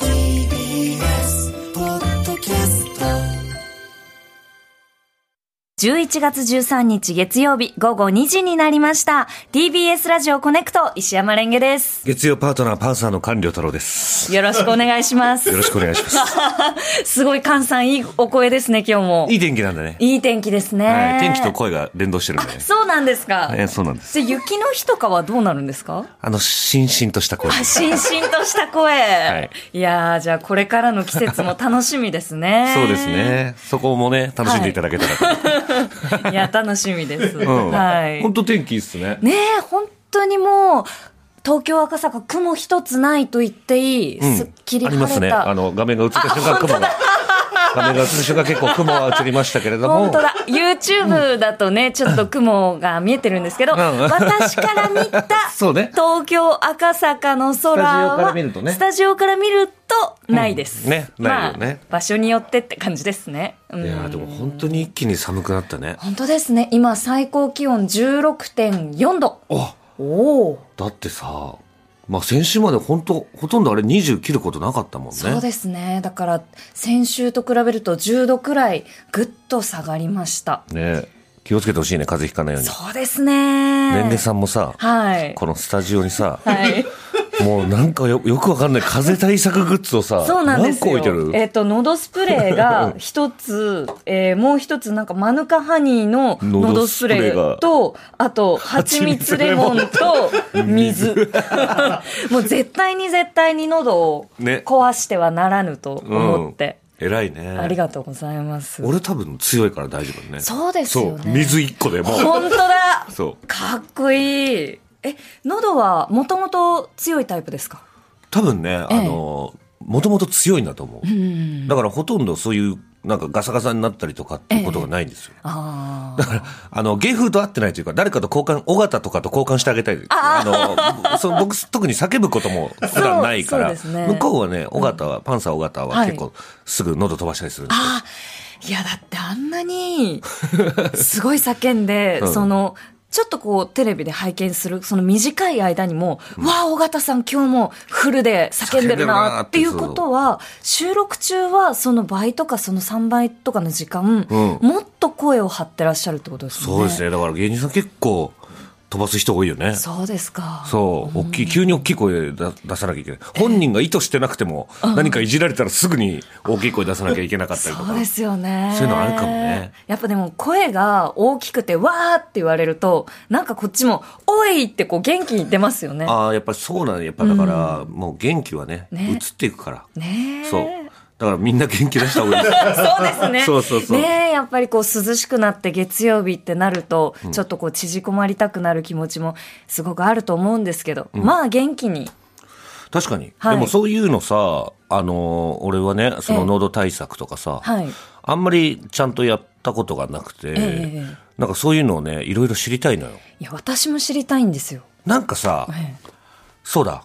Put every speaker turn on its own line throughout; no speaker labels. TBS ポッドキャスト
11月13日月曜日午後2時になりました。TBS ラジオコネクト石山レンゲです。
月曜パートナーパンサーの官僚太郎です。
よろしくお願いしま
よ
す。
ろしくお願いします。
すごい菅さんいいお声ですね、今日も。
いい天気なんだね。
いい天気ですね。
はい、天気と声が連動してるんでね。
そうなんですか。
えそうなんです。
で雪の日とかはどうなるんです か
あの、しんしんとした声。
あしんしんとした声。い
い、。
やー、じゃあこれからの季節も楽しみですね
そうです。ね。そこもね、楽しんでいただけたらと。
いや、楽しみです。
うん。
はい。
本当天気いいっすね。
ねえ、本当にもう、東京赤坂、雲一つないと言っていい、
うん
すっきり
あ
晴
り
れた。
ますね。あの、画面が映った瞬間、雲が。画面が映った瞬間、結構雲は映りましたけれども。
本当だ。YouTube だとね、ちょっと雲が見えてるんですけど、
ん
私から見た、
そうね
東京赤坂の空は、
スタジオから見るとね
スタジオから見るとないです。
うんねないよね
まあ場所によってって感じですね。うん
いやーでも本当に一気に寒くなったね。
本当ですね。今、最高気温16.4度。
あ、
おー
だってさ、まあ、先週まで本当、ほとんどあれ20切ることなかったもんね。
そうですね。だから、先週と比べると10度くらいぐっと下がりました。
ね気をつけてほしいね、風邪ひかないように。
そうですね。
レンゲさんもさ、
はい。
このスタジオにさ、
はい。
もうなんかよよくわかんない風邪対策グッズをさ、
そうなんですよ。
何個置いて
え
る
っ、と、喉スプレー が一つ、えーもう一つ、なんか、マヌカハニーの喉
喉
スプ
スプ
レ
レーが
ーと、あと、蜂蜜レモンと 水。もう絶対に絶対に喉を
ね
壊してはならぬと思って。
偉いね。
ありがとうございます。
俺多分強いから大丈夫だね。
そうですよね
そう水一個でもう。
本当だ
そう。
かっこいい。え、喉はもともと強いタイプですか
多分ね、あの、もともと強いんだと思う。だからほとんどそういう、なんかガサガサになったりとかっていうことがないんですよ。
あ
だから、あの、芸風と合ってないというか、誰かと交換、尾形とかと交換してあげたい。あの、そう僕、特に叫ぶことも普段ないか
そう
ら、
そうですね
向こうはね、尾形は、パンサー尾形
は
はい結構、すぐ喉飛ばしたりするんで
あ。いや、だってあんな に、すごい叫んで、
うん
その、ちょっとこう、テレビで拝見する、その短い間にも、わあ、尾形さん今日もフルで叫んでるな、っていうことは、収録中は、その倍とかその3倍とかの時間、
うん
もっと声を張ってらっしゃるってことですよね。
そうです。ね。だから芸人さん結構飛ばす人多いよね。
そうですか。
そう。大きい、急に大きい声出出さなきゃいけない。本人が意図してなくても、何かいじられたらすぐに大きい声出さなきゃいけなかったりと
そ
か
う。ですよね。
そういうのあるかもね。
やっぱでも声が大きくて、わーって言われると、なんかこっちも、おいってこう元気に出ますよね。
ああ、やっぱりそうなんやっぱだから、もう元気はね、
ね
移っていくから。
ねえ。
そう。だからみんな元気出した方がいいです。
そうですね。
そうそうそう
ねえやっぱりこう涼しくなって月曜日ってなると、ちょっとこう縮こまりたくなる気持ちもすごくあると思うんですけど、まあ元気に。
確かに、
はい
でもそういうのさ、あのー俺はね、そ
ええ
の喉対策とかさ、
はい。
あんまりちゃんとやったことがなくて、
え
なんかそういうのをね、いろいろ知りたいのよ。
いや、私も知りたいんですよ。
なんかさ、
ええ
そうだ、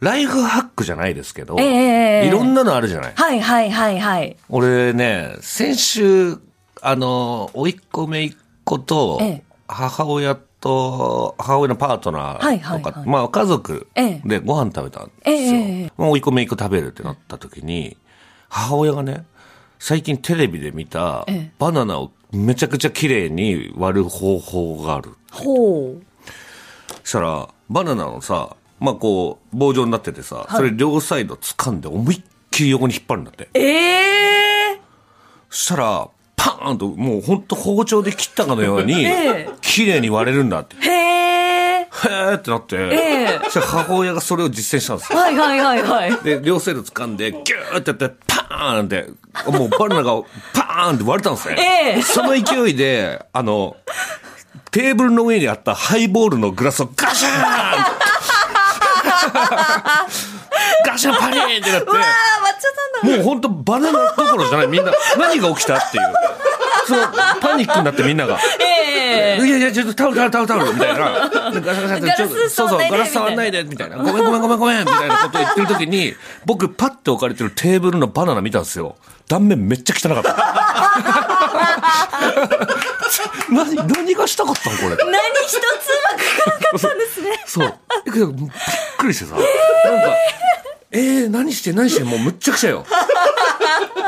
ライフハックじゃないですけど、
ええええ
いろんなのあるじゃない。
はいはいはいはい。
俺ね、先週、あのー、甥っ子姪っ子と
ええ、
母親と、母親のパートナーとか、
はいはいはい
まあ家族
ええ
でご飯食べたんで
え
すよ。
えええ
まあ、追い込めいく食べるってなった時に、母親がね、最近テレビで見た
ええ
バナナをめちゃくちゃ綺麗に割る方法がある。
ほう。
そしたら、バナナのさ、まあこう、棒状になっててさ、それ両サイド掴んで思いっきり横に引っ張るんだって。
ええ
そしたら、パーンと、もう本当包丁で切ったかのように
ええ、
綺麗に割れるんだって。
ー、へえ
へーってなって、
え
そしたら母親がそれを実践したんですよ。
はいはいはいはい。
で、両サイド掴んで、ギューってやって、パーンって、もうバナナがパーンって割れたんですね。
ええ
その勢いで、あの、テーブルの上にあったハイボールのグラスをガシャーン ガシャンパリーンってな
ああ、割っちゃっ
って、
たんだ。
もう本当バナナどころじゃない、みんな、何が起きたっていう。そのパニックになってみんなが。
ええ
いやいや、ちょっとタオル、タオル、タオル、タオル、み たいな。でガサガサって、ちょっ
ガラ
と、
ス
そう
触んな
そう、
いで
ガラス触んないで、みたいな。ごめん、ごめん、ごめん、ごめん、みたいなこと言ってる時に、僕、パッて置かれてるテーブルのバナナ見たんですよ。断面めっちゃ汚かった。 何、何がしたかったのこれ。
何一つうまくいかなかったんですね。
そう。えびっくりしてさ。なんか、えー、何して、何して、もうむっちゃくちゃよ。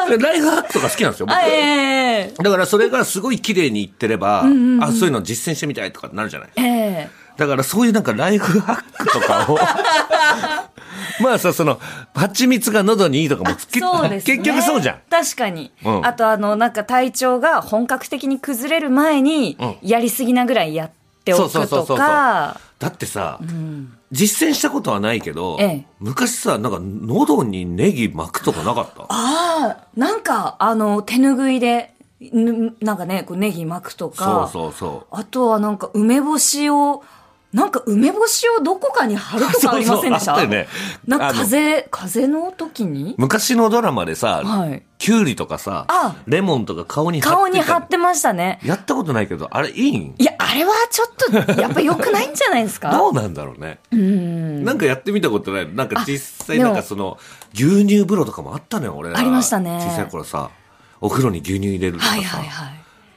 でライフハックとか好きなんですよ、僕。
ええ
だからそれがすごい綺麗にいってれば、あ、そういうの実践してみたいとかってなるじゃない。
ええ
だからそういうなんかライフハックとか を。まあさ、その、蜂蜜が喉にいいとかも、結
そうですね。
結局そうじゃん。
確かに。
うん
あと、あの、なんか体調が本格的に崩れる前に、やりすぎなぐらいやってお
そう
く
そうそう
と
そう
か、
だってさ、実践したことはないけど、
ええ
昔さ、なんか喉にネギ巻くとかなかった
なんか、あの、手拭いで、ぬなんかね、こうネギ巻くとか、
そうそうそう。
あとはなんか梅干しを、なんか梅干しをどこかに貼るとかありませんでし
そうそうあったたよね
なんか
あの
風邪、風邪の時に
昔のドラマでさ、
はい
キュウリとかさ
あ、
レモンとか顔に貼って
顔に
た
貼ってましたね。
やったことないけど、あれいいん
いや、あれはちょっと、やっぱ良くないんじゃないですか
どうなんだろうね。なんかやってみたことない。なんか実際
あで
な
も
んかその、牛乳風呂とかもあったのよ、俺ら。
ありましたね
小さい頃さ、お風呂に牛乳入れるとかさ、
はいはいはい。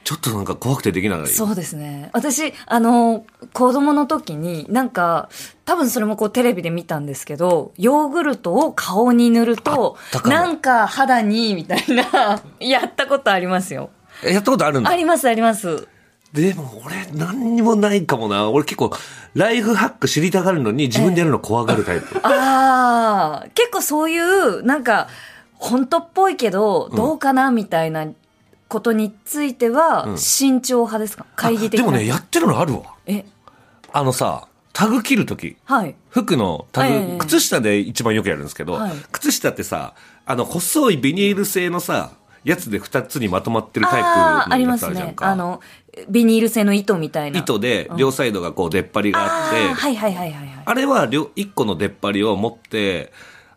ちょっとなんか怖くてできない。
そうですね。私、あの、子供の時に、なんか、多分それもこうテレビで見たんですけど、ヨーグルトを顔に塗ると
あった、かも
なんか肌に、みたいな、 やったことありますよ。
えやったことあるんだ
あ。りますあります。
でも俺何にもないかもな。俺結構、ライフハック知りたがるのに自分でやるの怖がるタイプ。
ああ、結構そういう、なんか、本当っぽいけど、どうかな、みたいなことについては、慎重派ですか会議的
で
な。
もね、やってるのあるわ。
え、
あのさ、タグ切るとき。
はい。
服のタグ、
ええ
靴下で一番よくやるんですけど、
はい
靴下ってさ、あの、細いビニール製のさ、やつで二つにまとまってるタイプ
ああ、あ
の
り
や
ま
つあ
す
るじゃん
ね。
か。
あの、ビニール製の糸みたいな。
糸で両サイドがこう出っ張りがあって、
あーはいはいはいはいはい。
あれは両一個の出っ張りを持って、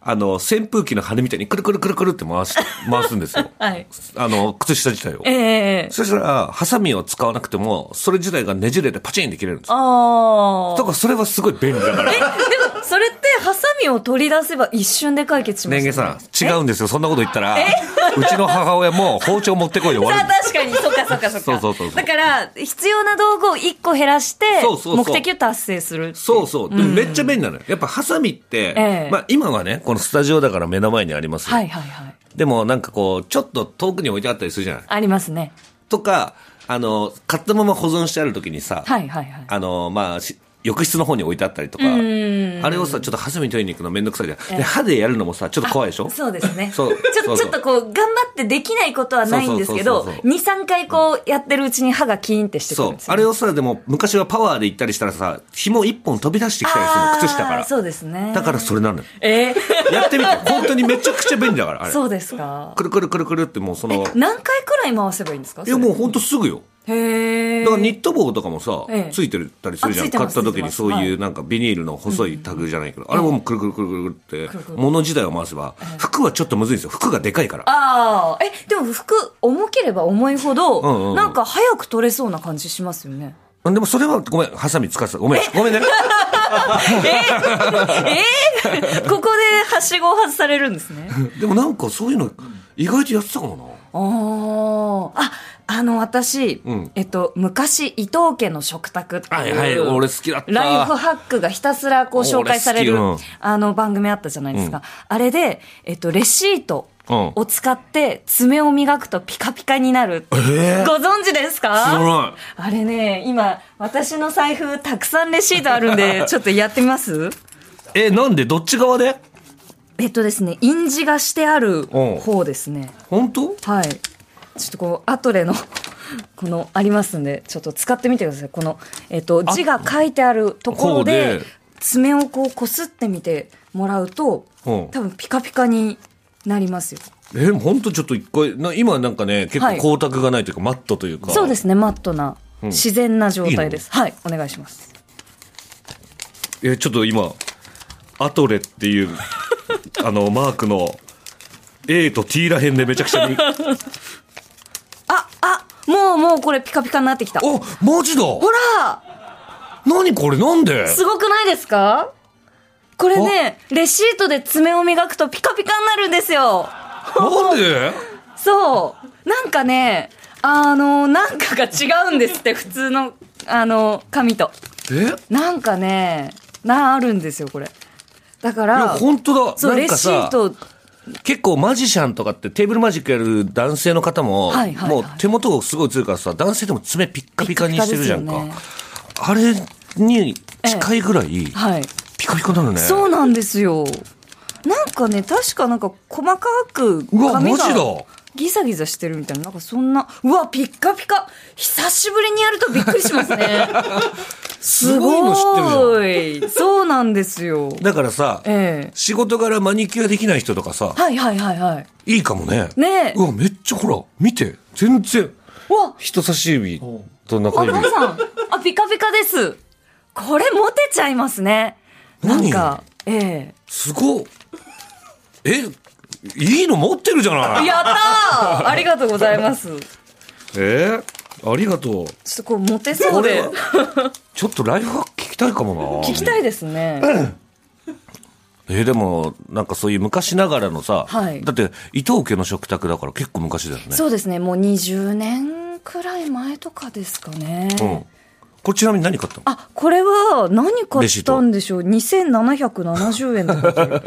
あの、扇風機の羽みたいにくるくるくるくるって回し、回す んですよ。
はい。
あの、靴下自体を。
ええ
そしたら、ハサミを使わなくても、それ自体がねじれてパチンって切れるんですよ。
ああ。
だからそれはすごい便利だ から。
でも、それって、ハサミを取り出せば一瞬で解決します
年
よね
下さん、違うんですよ。そんなこと言っ たら、うちの母親も包丁持ってこいで終わ
さ あ、
るんです。
確かに、そっかそっかそっか。
そうそうそうそう
だから、必要な道具を一個減らして
そうそう、そう
目的を達成する。
そうそう。でもめっちゃ便利なのよ。やっぱハサミって、
ええ
まあ今はね、このスタジオだから目の前にありますよ。
はいはいはい。
でもなんかこう、ちょっと遠くに置いてあったりするじゃない
ありますね。
とか、あの、買ったまま保存してある時にさ、
はいはいはい。
あの、まあ、し浴室の方に置いてあったりとか、あれをさ、ちょっとハサミ取りに行くのめんどくさいじゃん。で、歯でやるのもさ、ちょっと怖いでしょ
そうですね。ち
そう
ょ
そうそう
ちょっとこう、頑張ってできないことはないんですけど
そうそうそう、そう
2、3回こう、やってるうちに歯がキーンってしてくる
そ
ん
う
で。すよ
あれをさ、でも昔はパワーで行ったりしたらさ、紐一本飛び出してきたりするの、靴下か
あー
ら。
そうですね。
だからそれなのよ。
えー
やってみて。本当にめちゃくちゃ便利だから、あれ。
そうですか。
くるくるくるくるってもうその、い
何回くらい回せばいいんですか
やもう本当すぐよ。
う。へえ。
だからニット帽とかもさ
ええ、
ついてたりするじゃ
あつ
ん。
いて
買
ま
っ
す
た時
ついて
に
ます
そういうなんかビニールの細いタグじゃないけど、あれはもうくるくるくるくるくるって、物自体を回せば、服はちょっとむずいんですよ。服がでかいから。
ああ、え、でも服、重ければ重いほど、
んうんうん
なんか早く取れそうな感じしますよね。
でもそれはごめん、ハサミ使ってた。ごめん、ごめんね。
えー ここではしごを外されるんですね。
でもなんかそういうの意外とやってたかもな。
ああ、あ、あの、私、
ん
えっと、昔、伊藤家の食卓っていう。
はいはい、俺好きだった。
ライフハックがひたすらこう
俺好
紹
き
介される
うん、
あの番組あったじゃないですか。あれで、えっと、レシート
うん
を使って爪を磨くとピカピカになる。ご存知ですか
知らない
あれね、今、私の財布 たくさんレシートあるんで、ちょっとやってみます
え、なんでどっち側で
えっとですね、印字がしてある
うん
方ですね。
本当
はい。ちょっとこう、アトレの、 この、ありますんで、ちょっと使ってみてください。この、えっと、字が書いてあるところ
こう
で
で、
爪をこう、こすってみてもらうと、
うん
多分ピカピカになりますよ。
え、本当ちょっと一回、な今なんかね、結構
はい
光沢がないというか、マットというか。
そうですね、マットな、自然な状態です。はい、お願いします。
え、ちょっと今、アトレって いう、あの、マークの、A と T らへんでめちゃくちゃ に。
あ、あ、もうもうこれピカピカになってきた。ほ
あ、マジだ
ら
何これなんです
ごくないですかこれね、レシートで爪を磨くとピカピカになるんですよ。
なんで
そう。なんかね、あの、なんかが違うんですって、普通の、あの、紙と。
えい
なんかね、な、あるんですよ、これ。だか
や、
ら、
本当だ。
そう、
なん
レ
か
シー、
さ
ト、
結構マジシャンとかってテーブルマジックやる男性の方も、
はいはいはい
もう手元がすごい強いからさ、男性でも爪ピッカピカにしてるじゃんか。
ピッカピカ
あれに近いぐらい、
はい。
ピカピカになるね。
そうなんですよ。なんかね、確かなんか細かく
うわ
髪
マジだ
がギザギザしてるみたいな、なんかそんな、うわ、ピッカピカ久しぶりにやるとびっくりしますね。
すごいの知ってるじゃん。
すごいそうなんですよ。
だからさ、
ええ
仕事柄マニキュアできない人とかさ、
はいはいはいはい。
いいかもね。
ねえ
うわ、めっちゃほら、見て、全然、
うわ、
人差し指と中
あ、
指
皆。さん、あ、ピカピカです。これモテちゃいますね。なん
何
か、え
すごっえ、いいの持ってるじゃ
え
ない。
やったーありがとうございます。ちょ
えーありがとう。
っとこう、モテそうで、
これちょっとライフハック聞きたいかもな。
聞きたいですね。
えーでも、なんかそういう昔ながらのさ、
はい
だって、伊藤家の食卓だから結構昔だよね。
そうですね、もう20年くらい前とかですかね。
うん。これちなみに何買ったの
あ、これは何買ったんでしょう ?2770 円とか書いてある。え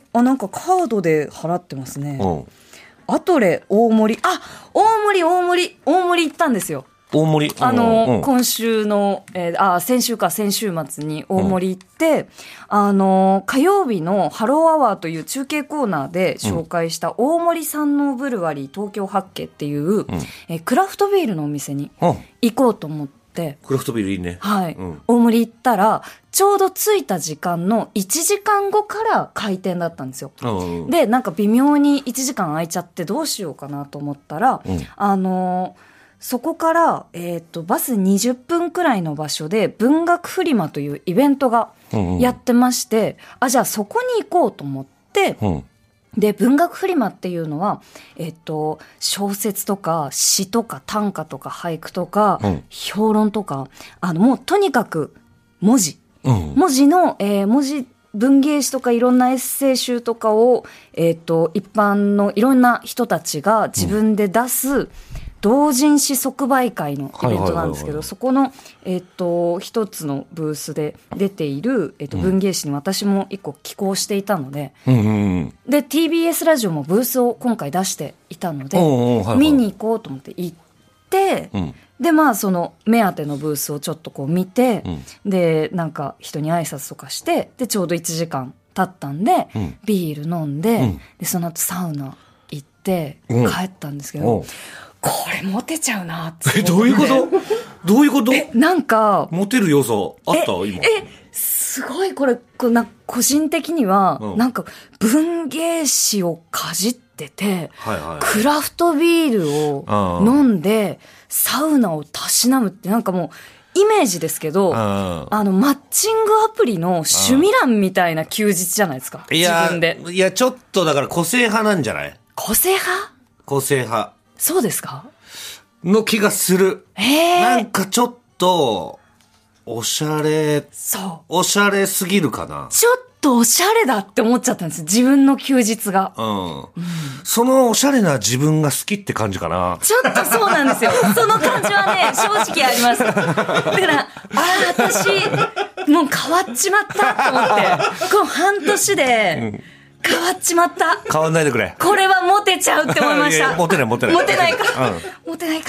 ー、あ、なんかカードで払ってますね。
うん。
アトレ大盛り。あ、大盛り大盛り、大盛り行ったんですよ。
大盛り。
あ
うん
の、
うん
今週の、えーあ、先週か、先週末に大森行って、あの、火曜日のハローアワーという中継コーナーで紹介した大森山王ブルワリー東京八景っていう、えークラフトビールのお店に
うん。
行こうと思って、
クラフトビールいいね。
はい、
うん
大森行ったら、ちょうど着いた時間の1時間後から開店だったんですよ。
うんうん
で、なんか微妙に1時間空いちゃってどうしようかなと思ったら、
うん
あのーそこから、えっ、と、バス20分くらいの場所で文学フリマというイベントが
うんうん
やってまして、あ、じゃあそこに行こうと思って、
うん。
で、文学フリマっていうのは、えっ、と、小説とか詩とか短歌とか俳句とか、
うん
評論とか、あの、もうとにかく文字。
うん。
文字の、えー文字文芸誌とかいろんなエッセイ集とかを、えっと一般のいろんな人たちが自分で出す、同人誌即売会のイベントなんですけ
はいはいはいは
ど、
い
そこの、えっと、一つのブースで出ている、えっと、文芸誌に私も一個寄稿していたので、
うんうんうん。
で、TBS ラジオもブースを今回出していたので、
おうおうはいはい
見に行こうと思って行って、
うん
で、まあ、その、目当てのブースをちょっとこう見て、
う
で、なんか人に挨拶とかして、で、ちょうど1時間経ったんで、
ん
ビール飲んで、
ん
で、その後サウナ行って、
うん
帰ったんですけ
お
ど、
う
これモテちゃうなって思って
え、どういうことどういうこと
なんか、
モテる要素あった
え
今。
えすごいこれこうな個人的には、
うん
なんか文芸誌をかじってて、
はいはい
クラフトビールを
うん
飲んでサウナをたしなむってなんかもうイメージですけど、
うん
あのマッチングアプリの趣味欄みたいな休日じゃないですか、
い
自
や
分で、
いや、ちょっとだから個性派なんじゃない
個性派
個性派
そうですか
の気がする。な
へえ
んかちょっと、おしゃれ、
そう
おしゃれすぎるかな。
ちょっとおしゃれだって思っちゃったんです自分の休日が
うん。そのおしゃれな自分が好きって感じかな。
ちょっとそうなん ですよ。その感じはね、正直あります。だから、ああ、私、もう変わっちまったと思って、この半年で、変わっちまった。
変わんないでくれ。
これはモテちゃうって思いまし
いやい
た。
やモテないモテない
モテないか
うん。
モテないか。